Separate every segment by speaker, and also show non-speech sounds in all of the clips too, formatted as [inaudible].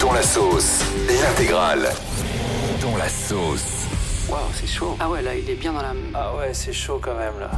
Speaker 1: Dont la sauce, l'intégrale. Dont la sauce.
Speaker 2: Waouh, c'est chaud.
Speaker 3: Ah ouais, là, il est bien dans la.
Speaker 2: Ah ouais, c'est chaud quand même là.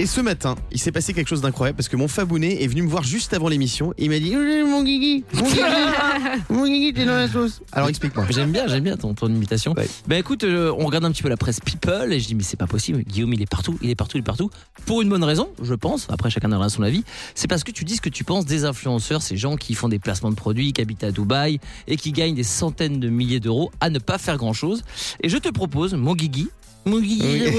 Speaker 4: Et ce matin, il s'est passé quelque chose d'incroyable parce que mon Fabounet est venu me voir juste avant l'émission et il m'a dit Eh, Mon Guigui, mon Guigui, [laughs] mon Guigui, t'es dans la sauce. Alors explique-moi.
Speaker 5: J'aime bien, j'aime bien ton, ton imitation.
Speaker 4: Ouais.
Speaker 5: Ben écoute, euh, on regarde un petit peu la presse People et je dis mais c'est pas possible, Guillaume il est partout, il est partout, il est partout. Pour une bonne raison, je pense, après chacun aura son avis, c'est parce que tu dis ce que tu penses des influenceurs, ces gens qui font des placements de produits, qui habitent à Dubaï et qui gagnent des centaines de milliers d'euros à ne pas faire grand-chose. Et je te propose, mon Guigui, mon Guigui,
Speaker 4: Oui.
Speaker 5: je te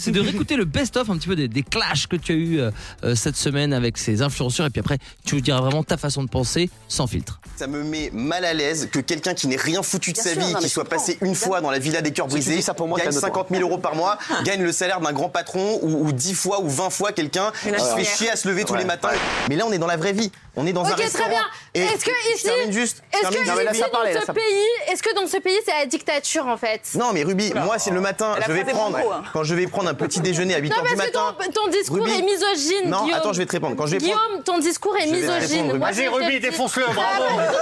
Speaker 4: [laughs]
Speaker 5: c'est de réécouter le best-of un petit peu des, des clashs que tu as eu euh, euh, cette semaine avec ces influenceurs et puis après tu nous diras vraiment ta façon de penser sans filtre.
Speaker 6: Ça me met mal à l'aise que quelqu'un qui n'ait rien foutu de
Speaker 3: Bien
Speaker 6: sa
Speaker 3: sûr,
Speaker 6: vie,
Speaker 3: non, mais
Speaker 6: qui
Speaker 3: je
Speaker 6: soit
Speaker 3: comprends.
Speaker 6: passé une fois dans la villa des cœurs brisés,
Speaker 2: dis ça pour moi,
Speaker 6: gagne
Speaker 2: calme-toi.
Speaker 6: 50 000 euros par mois, gagne le salaire d'un grand patron ou, ou 10 fois ou 20 fois quelqu'un qui
Speaker 3: Une
Speaker 6: se fait
Speaker 3: infirmière.
Speaker 6: chier à se lever tous
Speaker 2: Ouais.
Speaker 6: les matins. Mais là, on est dans la vraie vie. On est dans un
Speaker 7: Ok, très
Speaker 6: restaurant.
Speaker 7: bien.
Speaker 6: Et
Speaker 7: Est-ce que
Speaker 6: je
Speaker 7: ici-
Speaker 6: termine juste. je
Speaker 7: Est-ce que,
Speaker 6: termine juste.
Speaker 2: là, ça
Speaker 7: ici,
Speaker 2: parlait, là,
Speaker 7: dans ce
Speaker 2: ça-
Speaker 7: pays, est-ce que dans ce pays, c'est la dictature en fait
Speaker 6: Non, mais Ruby, moi, c'est le matin.
Speaker 3: Elle a
Speaker 6: Je vais
Speaker 3: fait des
Speaker 6: prendre
Speaker 3: propos, hein.
Speaker 6: quand je vais prendre un petit déjeuner à 8
Speaker 7: Non,
Speaker 6: h
Speaker 7: parce
Speaker 6: du
Speaker 7: que
Speaker 6: matin.
Speaker 7: ton, ton discours
Speaker 6: Ruby.
Speaker 7: est misogyne.
Speaker 6: Non,
Speaker 7: Guillaume.
Speaker 6: attends, je vais te répondre. Quand je vais
Speaker 7: Guillaume,
Speaker 6: prendre-
Speaker 7: ton discours est
Speaker 6: Je vais te
Speaker 7: misogyne.
Speaker 6: répondre,
Speaker 7: Moi,
Speaker 6: Ruby.
Speaker 7: je te dis- Ah,
Speaker 8: défonce-le, bravo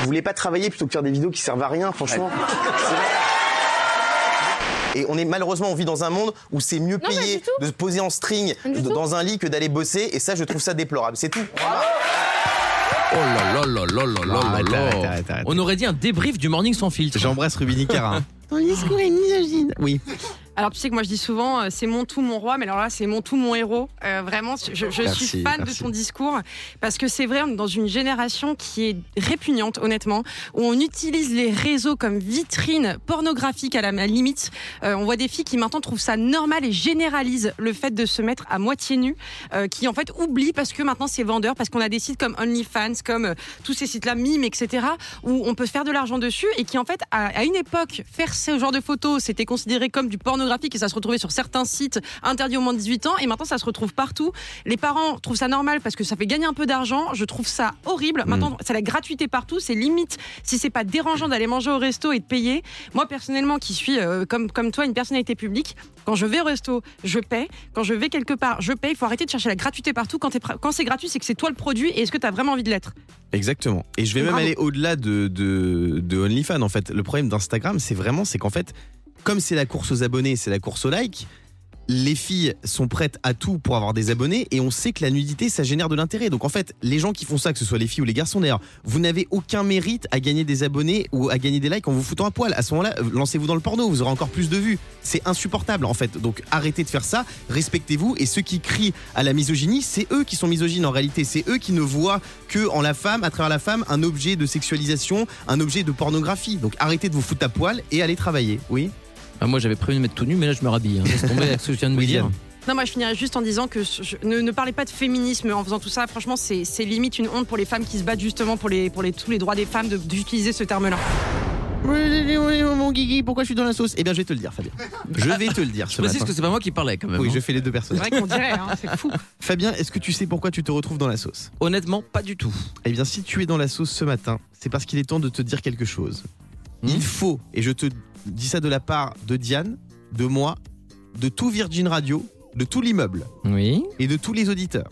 Speaker 6: Vous voulez pas travailler plutôt que faire des vidéos qui servent à rien, franchement. C'est vrai. Et on est malheureusement on vit dans un monde où c'est mieux
Speaker 7: pas du
Speaker 6: payé
Speaker 7: tout.
Speaker 6: de se poser en string
Speaker 7: du
Speaker 6: d-
Speaker 7: tout.
Speaker 6: dans un lit que d'aller bosser et ça je trouve ça déplorable, c'est tout.
Speaker 5: Oh là là là là Oh là là
Speaker 4: Arrête,
Speaker 5: là là.
Speaker 4: arrête, arrête, arrête.
Speaker 5: On aurait dit un débrief du morning sans filtre.
Speaker 4: J'embrasse Rubini Cara. Ton discours est misogyne. Oui.
Speaker 9: Alors tu sais que moi je dis souvent euh, c'est mon tout mon roi mais alors là c'est mon tout mon héros Euh, vraiment je, je
Speaker 4: Merci,
Speaker 9: suis fan
Speaker 4: merci.
Speaker 9: de ton discours parce que c'est vrai on est dans une génération qui est répugnante honnêtement où on utilise les réseaux comme vitrine pornographique à la à la limite Euh, on voit des filles qui maintenant trouvent ça normal et généralisent le fait de se mettre à moitié nu euh, qui en fait oublient parce que maintenant c'est vendeur parce qu'on a des sites comme OnlyFans comme euh, tous ces sites là Mime etc où on peut faire de l'argent dessus et qui en fait à, à une époque faire ce genre de photos c'était considéré comme du pornographique et ça se retrouvait sur certains sites interdits au moins de 18 ans et maintenant ça se retrouve partout les parents trouvent ça normal parce que ça fait gagner un peu d'argent je trouve ça horrible maintenant c'est la gratuité partout c'est limite si c'est pas dérangeant d'aller manger au resto et de payer moi personnellement qui suis euh, comme, comme toi une personnalité publique quand je vais au resto je paie quand je vais quelque part je paie il faut arrêter de chercher la gratuité partout quand, t'es pra- quand c'est gratuit c'est que c'est toi le produit et est-ce que tu as vraiment envie de l'être
Speaker 4: Exactement. Et je vais même
Speaker 9: Bravo.
Speaker 4: aller au-delà de, de, de OnlyFans en fait. Le problème d'Instagram, c'est vraiment c'est qu'en fait, comme c'est la course aux abonnés, c'est la course aux likes, les filles sont prêtes à tout pour avoir des abonnés et on sait que la nudité, ça génère de l'intérêt. Donc en fait, les gens qui font ça, que ce soit les filles ou les garçons d'ailleurs, vous n'avez aucun mérite à gagner des abonnés ou à gagner des likes en vous foutant à poil. À ce moment-là, euh, lancez-vous dans le porno, vous aurez encore plus de vues. C'est insupportable en fait. Donc arrêtez de faire ça, respectez-vous et ceux qui crient à la misogynie, c'est eux qui sont misogynes en réalité, c'est eux qui ne voient que en la femme, à travers la femme, un objet de sexualisation, un objet de pornographie. Donc arrêtez de vous foutre à poil et allez travailler. Oui.
Speaker 5: Ah, moi j'avais prévu de mettre tout nu, mais là je me rhabille. hein. Laisse
Speaker 4: [laughs]
Speaker 5: tomber avec ce que tu viens de me
Speaker 4: William.
Speaker 5: dire.
Speaker 9: Non, moi je finirais juste en disant que ce- je- ne, ne parlez pas de féminisme en faisant tout ça. Franchement, c'est c'est limite une honte pour les femmes qui se battent justement pour, les, pour les, tous les droits des femmes de- d'utiliser ce terme-là.
Speaker 4: oh, Mon Guigui, pourquoi je suis dans la sauce Eh bien, je vais te le dire, Fabien. Je vais te le dire.
Speaker 5: Je
Speaker 4: ce
Speaker 5: précise
Speaker 4: matin.
Speaker 5: que c'est pas moi qui parlais quand même.
Speaker 4: Oui,
Speaker 5: hein.
Speaker 4: je fais les deux
Speaker 9: C'est
Speaker 4: personnes.
Speaker 9: vrai qu'on dirait, hein, c'est fou.
Speaker 4: Fabien, est-ce que tu sais pourquoi tu te retrouves dans la sauce
Speaker 5: Honnêtement, pas du tout.
Speaker 4: Eh bien, si tu es dans la sauce ce matin, c'est parce qu'il est temps de te dire quelque chose. Il
Speaker 5: Hmm.
Speaker 4: faut, et je te dis ça de la part de Diane, de moi, de tout Virgin Radio, de tout l'immeuble
Speaker 5: Oui,
Speaker 4: et de tous les auditeurs.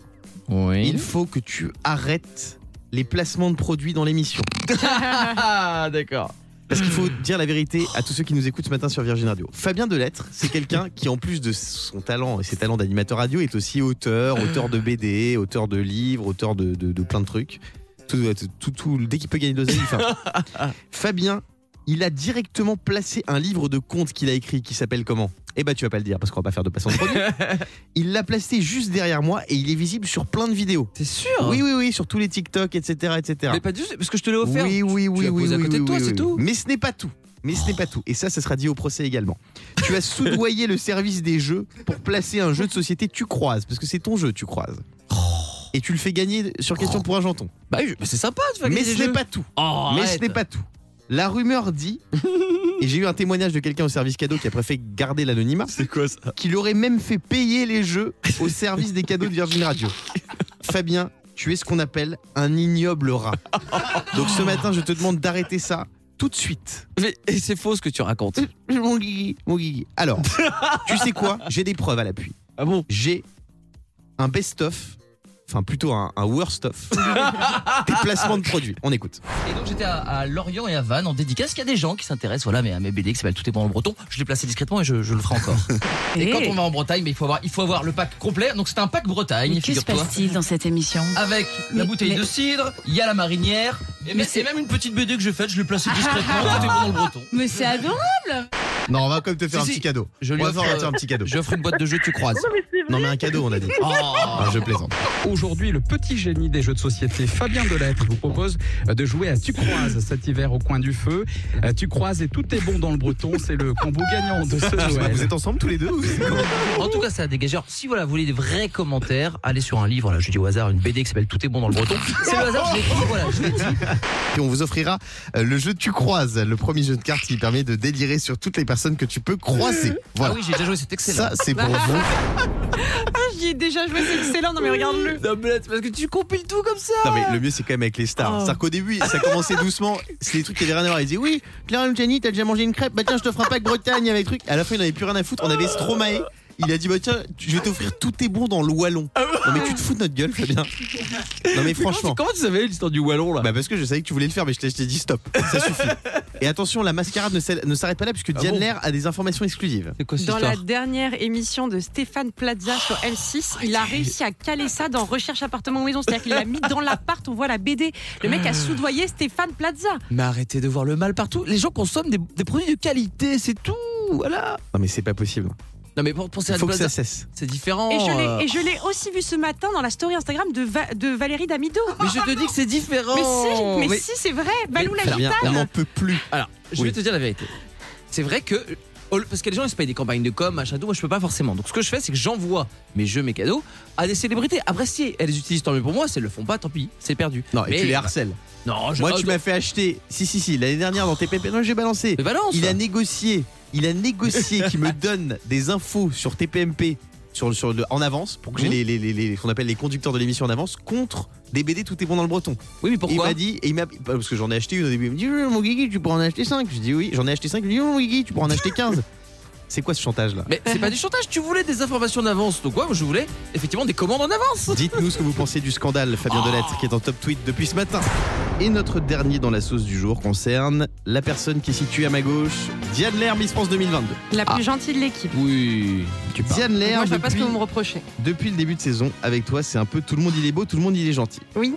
Speaker 5: oui.
Speaker 4: Il faut que tu arrêtes les placements de produits dans l'émission.
Speaker 5: Ah,
Speaker 4: [laughs]
Speaker 5: d'accord.
Speaker 4: Parce qu'il faut dire la vérité à tous ceux qui nous écoutent ce matin sur Virgin Radio. Fabien Delettre, c'est quelqu'un qui, en plus de son talent et ses talents d'animateur radio, est aussi auteur, auteur de BD, auteur de livres, auteur de, de- de plein de trucs. Tout, tout, tout- dès qu'il peut gagner de l'oseille, il fait un- Fabien, il a directement placé un livre de contes qu'il a écrit qui s'appelle comment Eh ben, tu vas pas le dire parce qu'on va pas faire de passant de produit. Il l'a placé juste derrière moi et il est visible sur plein de vidéos.
Speaker 5: C'est sûr
Speaker 4: Oui, oui, oui, sur tous les TikTok, etc. etc.
Speaker 5: Mais pas du tout, parce que je te l'ai offert.
Speaker 4: Oui, oui, oui,
Speaker 5: l'as
Speaker 4: oui,
Speaker 5: posé à
Speaker 4: oui,
Speaker 5: côté de
Speaker 4: oui,
Speaker 5: toi,
Speaker 4: oui,
Speaker 5: c'est
Speaker 4: oui.
Speaker 5: tout.
Speaker 4: Mais ce n'est pas tout. Mais ce n'est pas tout. Et ça, ça sera dit au procès également. Tu as soudoyé le service des jeux pour placer un jeu de société tu croises, parce que c'est ton jeu tu croises.
Speaker 5: Oh.
Speaker 4: Et tu le fais gagner sur question pour un janton.
Speaker 5: Bah, oui, mais c'est sympa de faire
Speaker 4: Mais
Speaker 5: gagner
Speaker 4: ce
Speaker 5: des
Speaker 4: n'est
Speaker 5: jeux.
Speaker 4: pas tout.
Speaker 5: Oh,
Speaker 4: Mais ce
Speaker 5: arrête.
Speaker 4: n'est pas tout. La rumeur
Speaker 5: [laughs]
Speaker 4: dit, et j'ai eu un témoignage de quelqu'un au service cadeau qui a préféré garder l'anonymat,
Speaker 5: C'est quoi ça
Speaker 4: qu'il aurait même fait payer les jeux au service des cadeaux de Virgin
Speaker 5: [laughs]
Speaker 4: Radio. Fabien, tu es ce qu'on appelle un ignoble rat. Donc ce matin, je te demande d'arrêter ça tout de suite.
Speaker 5: Mais et c'est faux ce que tu racontes.
Speaker 4: [coughs] Mon guigui, mon guigui. Alors, tu sais quoi J'ai des preuves à l'appui.
Speaker 5: Ah bon
Speaker 4: J'ai un best-of enfin plutôt un, un worst of
Speaker 5: [laughs]
Speaker 4: des placements de produits. On écoute.
Speaker 5: Et donc j'étais à, à Lorient et à Vannes en dédicace. Il y a des gens qui s'intéressent voilà, mais à mes BD qui s'appelle Tout est bon en breton. Je l'ai placé discrètement et je, je le ferai encore. et quand on va en Bretagne, mais il, faut avoir, il faut avoir le pack complet. Donc c'est un pack Bretagne,
Speaker 3: Mais que se
Speaker 5: figure-toi.
Speaker 3: passe-t-il dans cette émission
Speaker 5: Avec la
Speaker 3: Mais-
Speaker 5: bouteille
Speaker 3: mais-
Speaker 5: de cidre, il y a la marinière. Et, même- et même une petite BD que j'ai faite, je l'ai placée [laughs] discrètement. Tout est bon dans le breton.
Speaker 3: Mais c'est adorable
Speaker 4: Non, on va comme te faire
Speaker 5: Si,
Speaker 4: un
Speaker 5: si.
Speaker 4: petit cadeau.
Speaker 5: Je lui
Speaker 4: on va faire
Speaker 5: offre,
Speaker 4: on va te faire un petit cadeau.
Speaker 5: Je offre une boîte de jeux que tu croises.
Speaker 4: Non mais un cadeau, on a dit.
Speaker 5: Oh.
Speaker 4: Ah, je plaisante.
Speaker 8: Aujourd'hui, le petit génie des jeux de société, Fabien Delettre, vous propose euh, de jouer à Tu croises cet hiver au coin du feu. Euh, Tu croises et tout est bon dans le breton, c'est le combo gagnant
Speaker 4: [laughs]
Speaker 8: de ce
Speaker 4: Vous
Speaker 8: Noël.
Speaker 4: êtes ensemble tous les deux ou c'est comment
Speaker 5: En tout cas, ça a dégagé. Alors, si voilà, vous voulez des vrais commentaires, allez sur un livre. Là, je dis au hasard une BD qui s'appelle Tout est bon dans le breton. C'est le hasard. Je l'ai écrit, voilà, je l'ai dit.
Speaker 4: Puis on vous offrira euh, le jeu Tu croises, le premier jeu de cartes qui permet de délirer sur toutes les personnes que tu peux croiser.
Speaker 5: Ah
Speaker 4: Voilà.
Speaker 5: oui, j'ai déjà joué. C'est excellent.
Speaker 4: Ça,
Speaker 5: [laughs]
Speaker 4: c'est pour vous.
Speaker 9: [laughs] J'y ai déjà joué, c'est excellent. Non, mais regarde-le.
Speaker 5: Non, mais là, c'est parce que tu compiles tout comme ça.
Speaker 4: Non mais le mieux c'est quand même avec les stars.
Speaker 9: Oh.
Speaker 4: C'est-à-dire qu'au début ça commençait doucement, c'est des trucs qui avaient rien à voir. Ils disaient oui, Clara Luciani, t'as déjà mangé une crêpe, bah tiens je t'offre un pack Bretagne avec truc. À la fin il n'avait plus rien à foutre, on avait Stromae. Il a dit bah tiens tu- je vais t'offrir tout est bon dans le wallon. Non mais tu te fous de notre gueule Fabien. Non mais franchement.
Speaker 5: Comment tu savais l'histoire du wallon là
Speaker 4: Bah parce que je savais que tu voulais le faire mais je t'ai je t'ai dit stop, ça suffit. Et attention la mascarade ne s'arrête ne s'arrête pas là puisque Diane
Speaker 5: bon
Speaker 4: Lair a des informations exclusives.
Speaker 5: C'est quoi cette
Speaker 9: Dans
Speaker 5: histoire
Speaker 9: la dernière émission de Stéphane Plaza sur L6, il a réussi à caler ça dans Recherche appartement maison. C'est-à-dire qu'il l'a mis dans l'appart, on voit la BD. Le mec a soudoyé Stéphane Plaza.
Speaker 5: Mais arrêtez de voir le mal partout. Les gens consomment des, des produits de qualité, c'est tout. Voilà.
Speaker 4: Non mais c'est pas possible.
Speaker 5: Non mais pour- pensez
Speaker 4: Il
Speaker 5: à
Speaker 4: faut que
Speaker 5: Plaza,
Speaker 4: ça cesse.
Speaker 5: c'est différent.
Speaker 9: Et je
Speaker 5: euh.
Speaker 9: l'ai- et je l'ai aussi vu ce matin dans la story Instagram de, Va- de Valérie Damido.
Speaker 5: Mais je te dis que c'est différent.
Speaker 9: Mais si, Oh. mais,
Speaker 5: Mais-
Speaker 9: si, c'est vrai. Balou l'a
Speaker 4: Fabien, on n'en peut plus.
Speaker 5: Alors, je
Speaker 4: Oui.
Speaker 5: vais te dire la vérité. C'est vrai que. oh, Parce que les gens, ils se payent des campagnes de com, machin, tout. Moi, je peux pas forcément. Donc, ce que je fais, c'est que j'envoie mes jeux, mes cadeaux à des célébrités. Après, si elles les utilisent, tant mieux pour moi. Si elles le font pas, tant pis. C'est perdu.
Speaker 4: Non, et
Speaker 5: Mais-
Speaker 4: tu les harcèles.
Speaker 5: Non, je
Speaker 4: Moi,
Speaker 5: ah,
Speaker 4: tu
Speaker 5: non,
Speaker 4: m'as fait acheter. Si, si, si, l'année dernière dans tes TPP. Non, j'ai balancé.
Speaker 5: mais balance.
Speaker 9: hein.
Speaker 4: Il a négocié, il a négocié qu'il
Speaker 9: [laughs]
Speaker 4: me donne des infos sur TPMP sur, sur le- en avance pour
Speaker 9: Mmh.
Speaker 4: que j'ai
Speaker 5: Mhm.
Speaker 4: les, les, les, les- qu'on appelle les conducteurs de l'émission en avance contre des BD tout est bon dans le breton.
Speaker 5: Oui, mais
Speaker 4: il
Speaker 5: pourquoi
Speaker 4: m'a dit et il m'a parce que j'en ai acheté une au début, il me dit Euh, mon Guigui, tu pourras en acheter 5. Je dis oui, j'en ai acheté 5. Il me dit Oh, mon Guigui, tu pourras en acheter
Speaker 9: [laughs]
Speaker 4: 15. C'est quoi ce chantage là
Speaker 5: Mais c'est pas du chantage. Tu voulais des informations d'avance. Donc, ouais, moi, je voulais effectivement des commandes en avance.
Speaker 4: Dites-nous ce que vous pensez du scandale
Speaker 9: Oh.
Speaker 4: Fabien Delettre qui est en top tweet depuis ce matin. Et notre dernier dans la sauce du jour concerne la personne qui est située à ma gauche, Diane Ler, Miss France 2022.
Speaker 9: La plus gentille de l'équipe.
Speaker 5: Oui. Tu parles.
Speaker 4: Diane Ler,
Speaker 9: Moi, je vois pas ce
Speaker 4: depuis,
Speaker 9: que vous me reprochez.
Speaker 4: depuis le début de saison, avec toi, c'est un peu tout le monde il est beau, tout le monde il est gentil.
Speaker 9: Oui.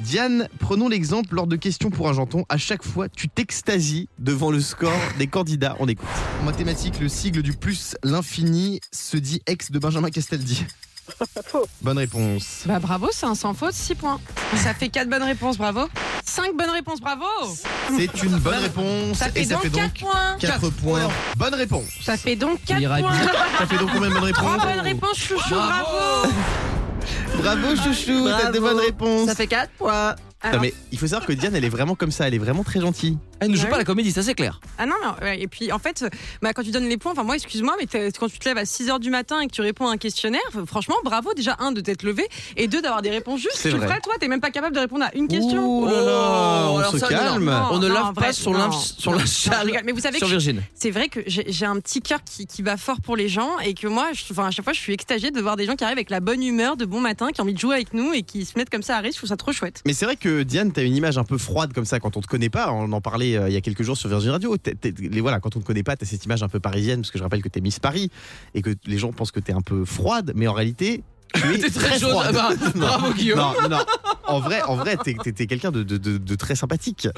Speaker 4: Diane, prenons l'exemple lors de questions pour un janton. À chaque fois, tu t'extasies devant le score des candidats. On écoute. En mathématiques, le sigle du plus, l'infini, se dit ex de Benjamin Castaldi. Bonne réponse.
Speaker 9: Bah bravo, c'est un sans faute, 6 points. Ça fait 4 bonnes réponses, bravo. 5 bonnes réponses, bravo.
Speaker 4: C'est une bonne réponse.
Speaker 9: Ça fait
Speaker 4: et ça
Speaker 9: donc
Speaker 4: fait
Speaker 9: 4
Speaker 4: donc
Speaker 9: points.
Speaker 4: 4 points. Bonne réponse.
Speaker 9: Ça fait donc
Speaker 5: Il
Speaker 9: 4
Speaker 5: ira
Speaker 9: points.
Speaker 5: bien.
Speaker 4: Ça fait donc combien de bonnes réponses
Speaker 9: 3 bonnes réponses, chouchou, bravo.
Speaker 4: Bravo chouchou, t'as des
Speaker 5: Bravo.
Speaker 4: bonnes réponses.
Speaker 5: Ça fait 4 points.
Speaker 4: Non Ah, mais il faut savoir que Diane, elle est vraiment comme ça, elle est vraiment très gentille.
Speaker 5: Elle ne joue
Speaker 9: Ouais.
Speaker 5: pas à la comédie, ça c'est clair.
Speaker 9: Ah non, non, ouais, et puis en fait, bah, quand tu donnes les points, enfin moi, excuse-moi, mais t'as- quand tu te lèves à 6h du matin et que tu réponds à un questionnaire, f- franchement, bravo déjà, un, de t'être levé, et deux, d'avoir des réponses justes.
Speaker 4: C'est
Speaker 9: Tu le
Speaker 4: vrai.
Speaker 9: ferais, toi, t'es même pas capable de répondre à une question.
Speaker 4: Ouh là là,
Speaker 5: Oh,
Speaker 4: on
Speaker 5: alors
Speaker 4: se
Speaker 5: ça, non,
Speaker 4: calme.
Speaker 5: non, on ne
Speaker 9: Non,
Speaker 5: lave
Speaker 9: en
Speaker 5: pas
Speaker 9: vrai,
Speaker 5: son
Speaker 9: non.
Speaker 5: linge, son
Speaker 9: Non,
Speaker 5: linge
Speaker 9: non, je rigole, mais vous savez
Speaker 5: sur
Speaker 9: que je-
Speaker 5: Virgin.
Speaker 9: c'est vrai que j'ai j'ai un petit cœur qui, qui bat fort pour les gens et que moi, je, enfin, à chaque fois, je suis extasiée de voir des gens qui arrivent avec la bonne humeur, de bon matin, qui ont envie de jouer avec nous et qui se mettent comme ça à risque. Je trouve ça trop chouette.
Speaker 4: Mais c'est vrai que Diane, t'as une image un peu froide comme ça quand on te connaît pas. On en parlait euh, il y a quelques jours sur Virgin Radio. T'es- t'es- les, voilà, quand on te connaît pas, t'as cette image un peu parisienne parce que je rappelle que t'es Miss Paris et que les gens pensent que t'es un peu froide, mais en réalité, tu es
Speaker 5: [laughs] T'es très jaune.
Speaker 4: froide.
Speaker 5: Ah bah,
Speaker 4: [laughs] Non.
Speaker 5: bravo, Guillaume.
Speaker 4: Non, non. En vrai, en vrai, t'es t'es- t'es quelqu'un de, de- de- de très sympathique.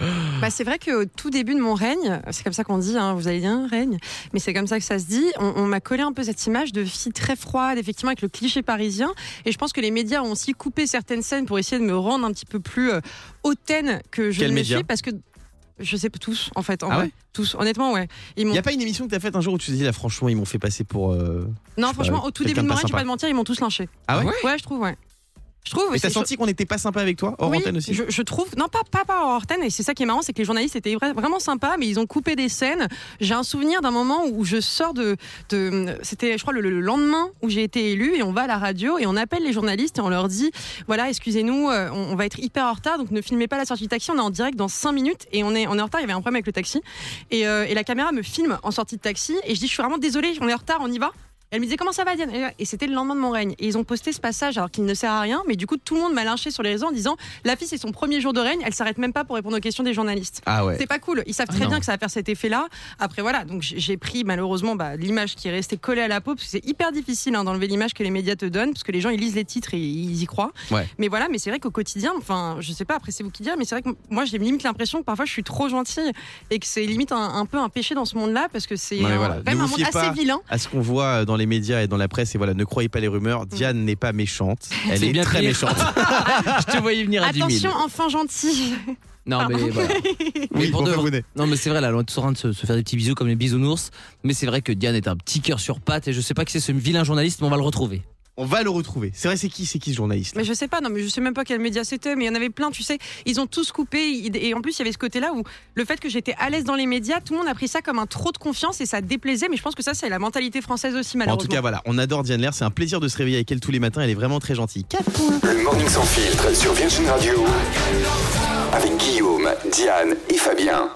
Speaker 9: Bah, c'est vrai qu'au tout début de mon règne, c'est comme ça qu'on dit, hein, vous allez dire règne, mais c'est comme ça que ça se dit. On, on m'a collé un peu cette image de fille très froide, effectivement, avec le cliché parisien. Et je pense que les médias ont aussi coupé certaines scènes pour essayer de me rendre un petit peu plus euh, hautaine que je
Speaker 4: Quels
Speaker 9: ne le
Speaker 4: médias
Speaker 9: suis, parce que je sais pas tous, en fait, en
Speaker 4: Ah
Speaker 9: vrai.
Speaker 4: ouais
Speaker 9: tous, honnêtement, ouais. Ils m'ont
Speaker 4: Il y a pas une émission que t'as faite un jour où tu te dis là, franchement, ils m'ont fait passer pour. euh,
Speaker 9: Non, franchement,
Speaker 4: pas,
Speaker 9: au tout
Speaker 4: quelqu'un de pas
Speaker 9: début de mon règne, je vais
Speaker 4: sympa.
Speaker 9: pas te mentir, ils m'ont tous lynché.
Speaker 4: Ah ouais
Speaker 9: Ouais, je trouve, ouais. Je trouve.
Speaker 4: Mais t'as
Speaker 9: c'est-
Speaker 4: senti qu'on n'était pas sympa avec toi, hors
Speaker 9: oui,
Speaker 4: antenne aussi
Speaker 9: je, je trouve. Non, pas, pas, pas hors antenne. Et c'est ça qui est marrant, c'est que les journalistes étaient vra- vraiment sympas, mais ils ont coupé des scènes. J'ai un souvenir d'un moment où je sors de. de C'était, je crois, le, le lendemain où j'ai été élue, et on va à la radio, et on appelle les journalistes, et on leur dit voilà, excusez-nous, euh, on, on va être hyper en retard, donc ne filmez pas la sortie du taxi, on est en direct dans 5 minutes, et on est, on est en retard, il y avait un problème avec le taxi. Et, euh, et la caméra me filme en sortie de taxi, et je dis je suis vraiment désolée, on est en retard, on y va. Elle me disait comment ça va Diane Et c'était le lendemain de mon règne. Et ils ont posté ce passage alors qu'il ne sert à rien, mais du coup tout le monde m'a lynché sur les réseaux en disant la fille c'est son premier jour de règne, elle s'arrête même pas pour répondre aux questions des journalistes.
Speaker 4: Ah ouais.
Speaker 9: C'est pas cool. Ils savent
Speaker 5: Ah
Speaker 9: très
Speaker 5: non.
Speaker 9: bien que ça va faire cet effet-là. Après voilà, donc j- j'ai pris malheureusement bah, l'image qui est restée collée à la peau parce que c'est hyper difficile hein, d'enlever l'image que les médias te donnent parce que les gens ils lisent les titres et ils y croient.
Speaker 4: Ouais.
Speaker 9: Mais voilà, mais c'est vrai qu'au quotidien, enfin je sais pas, après c'est vous qui dire, mais c'est vrai que m- moi j'ai limite l'impression que parfois je suis trop gentille et que c'est limite un, un peu un péché dans ce monde-là parce que c'est
Speaker 4: Non, mais
Speaker 9: un-
Speaker 4: voilà, ne
Speaker 9: quand même un
Speaker 4: vous
Speaker 9: monde
Speaker 4: fiez
Speaker 9: assez
Speaker 4: pas
Speaker 9: vilain.
Speaker 4: À ce qu'on voit euh, dans les médias et dans la presse, et voilà, ne croyez pas les rumeurs. Diane n'est pas méchante. Elle
Speaker 5: Mm. C'est
Speaker 4: est
Speaker 5: bien
Speaker 4: très
Speaker 5: pire.
Speaker 4: méchante.
Speaker 5: [laughs] Je te voyais venir à 10 000.
Speaker 9: Attention, Ah, enfant gentil.
Speaker 5: Non, mais voilà. Mais
Speaker 4: Oui,
Speaker 5: pour de
Speaker 4: François
Speaker 5: vrai-
Speaker 4: Bonnet.
Speaker 5: Non, mais c'est vrai, là, on est en train de se, se faire des petits bisous comme les bisounours. Mais c'est vrai que Diane est un petit cœur sur patte et je sais pas qui c'est ce vilain journaliste, mais on va le retrouver.
Speaker 4: On va le retrouver. C'est vrai, c'est qui, c'est qui ce journaliste
Speaker 9: Mais je sais pas, non, mais je sais même pas quel média c'était, mais il y en avait plein, tu sais. Ils ont tous coupé. ils- Et en plus, il y avait ce côté-là où le fait que j'étais à l'aise dans les médias, tout le monde a pris ça comme un trop de confiance et ça déplaisait. Mais je pense que ça, c'est la mentalité française aussi,
Speaker 4: Bon, En
Speaker 9: malheureusement.
Speaker 4: tout cas, voilà, on adore Diane Lair. C'est un plaisir de se réveiller avec elle tous les matins. Elle est vraiment très gentille.
Speaker 1: Le Morning Sans Filtre sur Virgin Radio avec Guillaume, Diane et Fabien.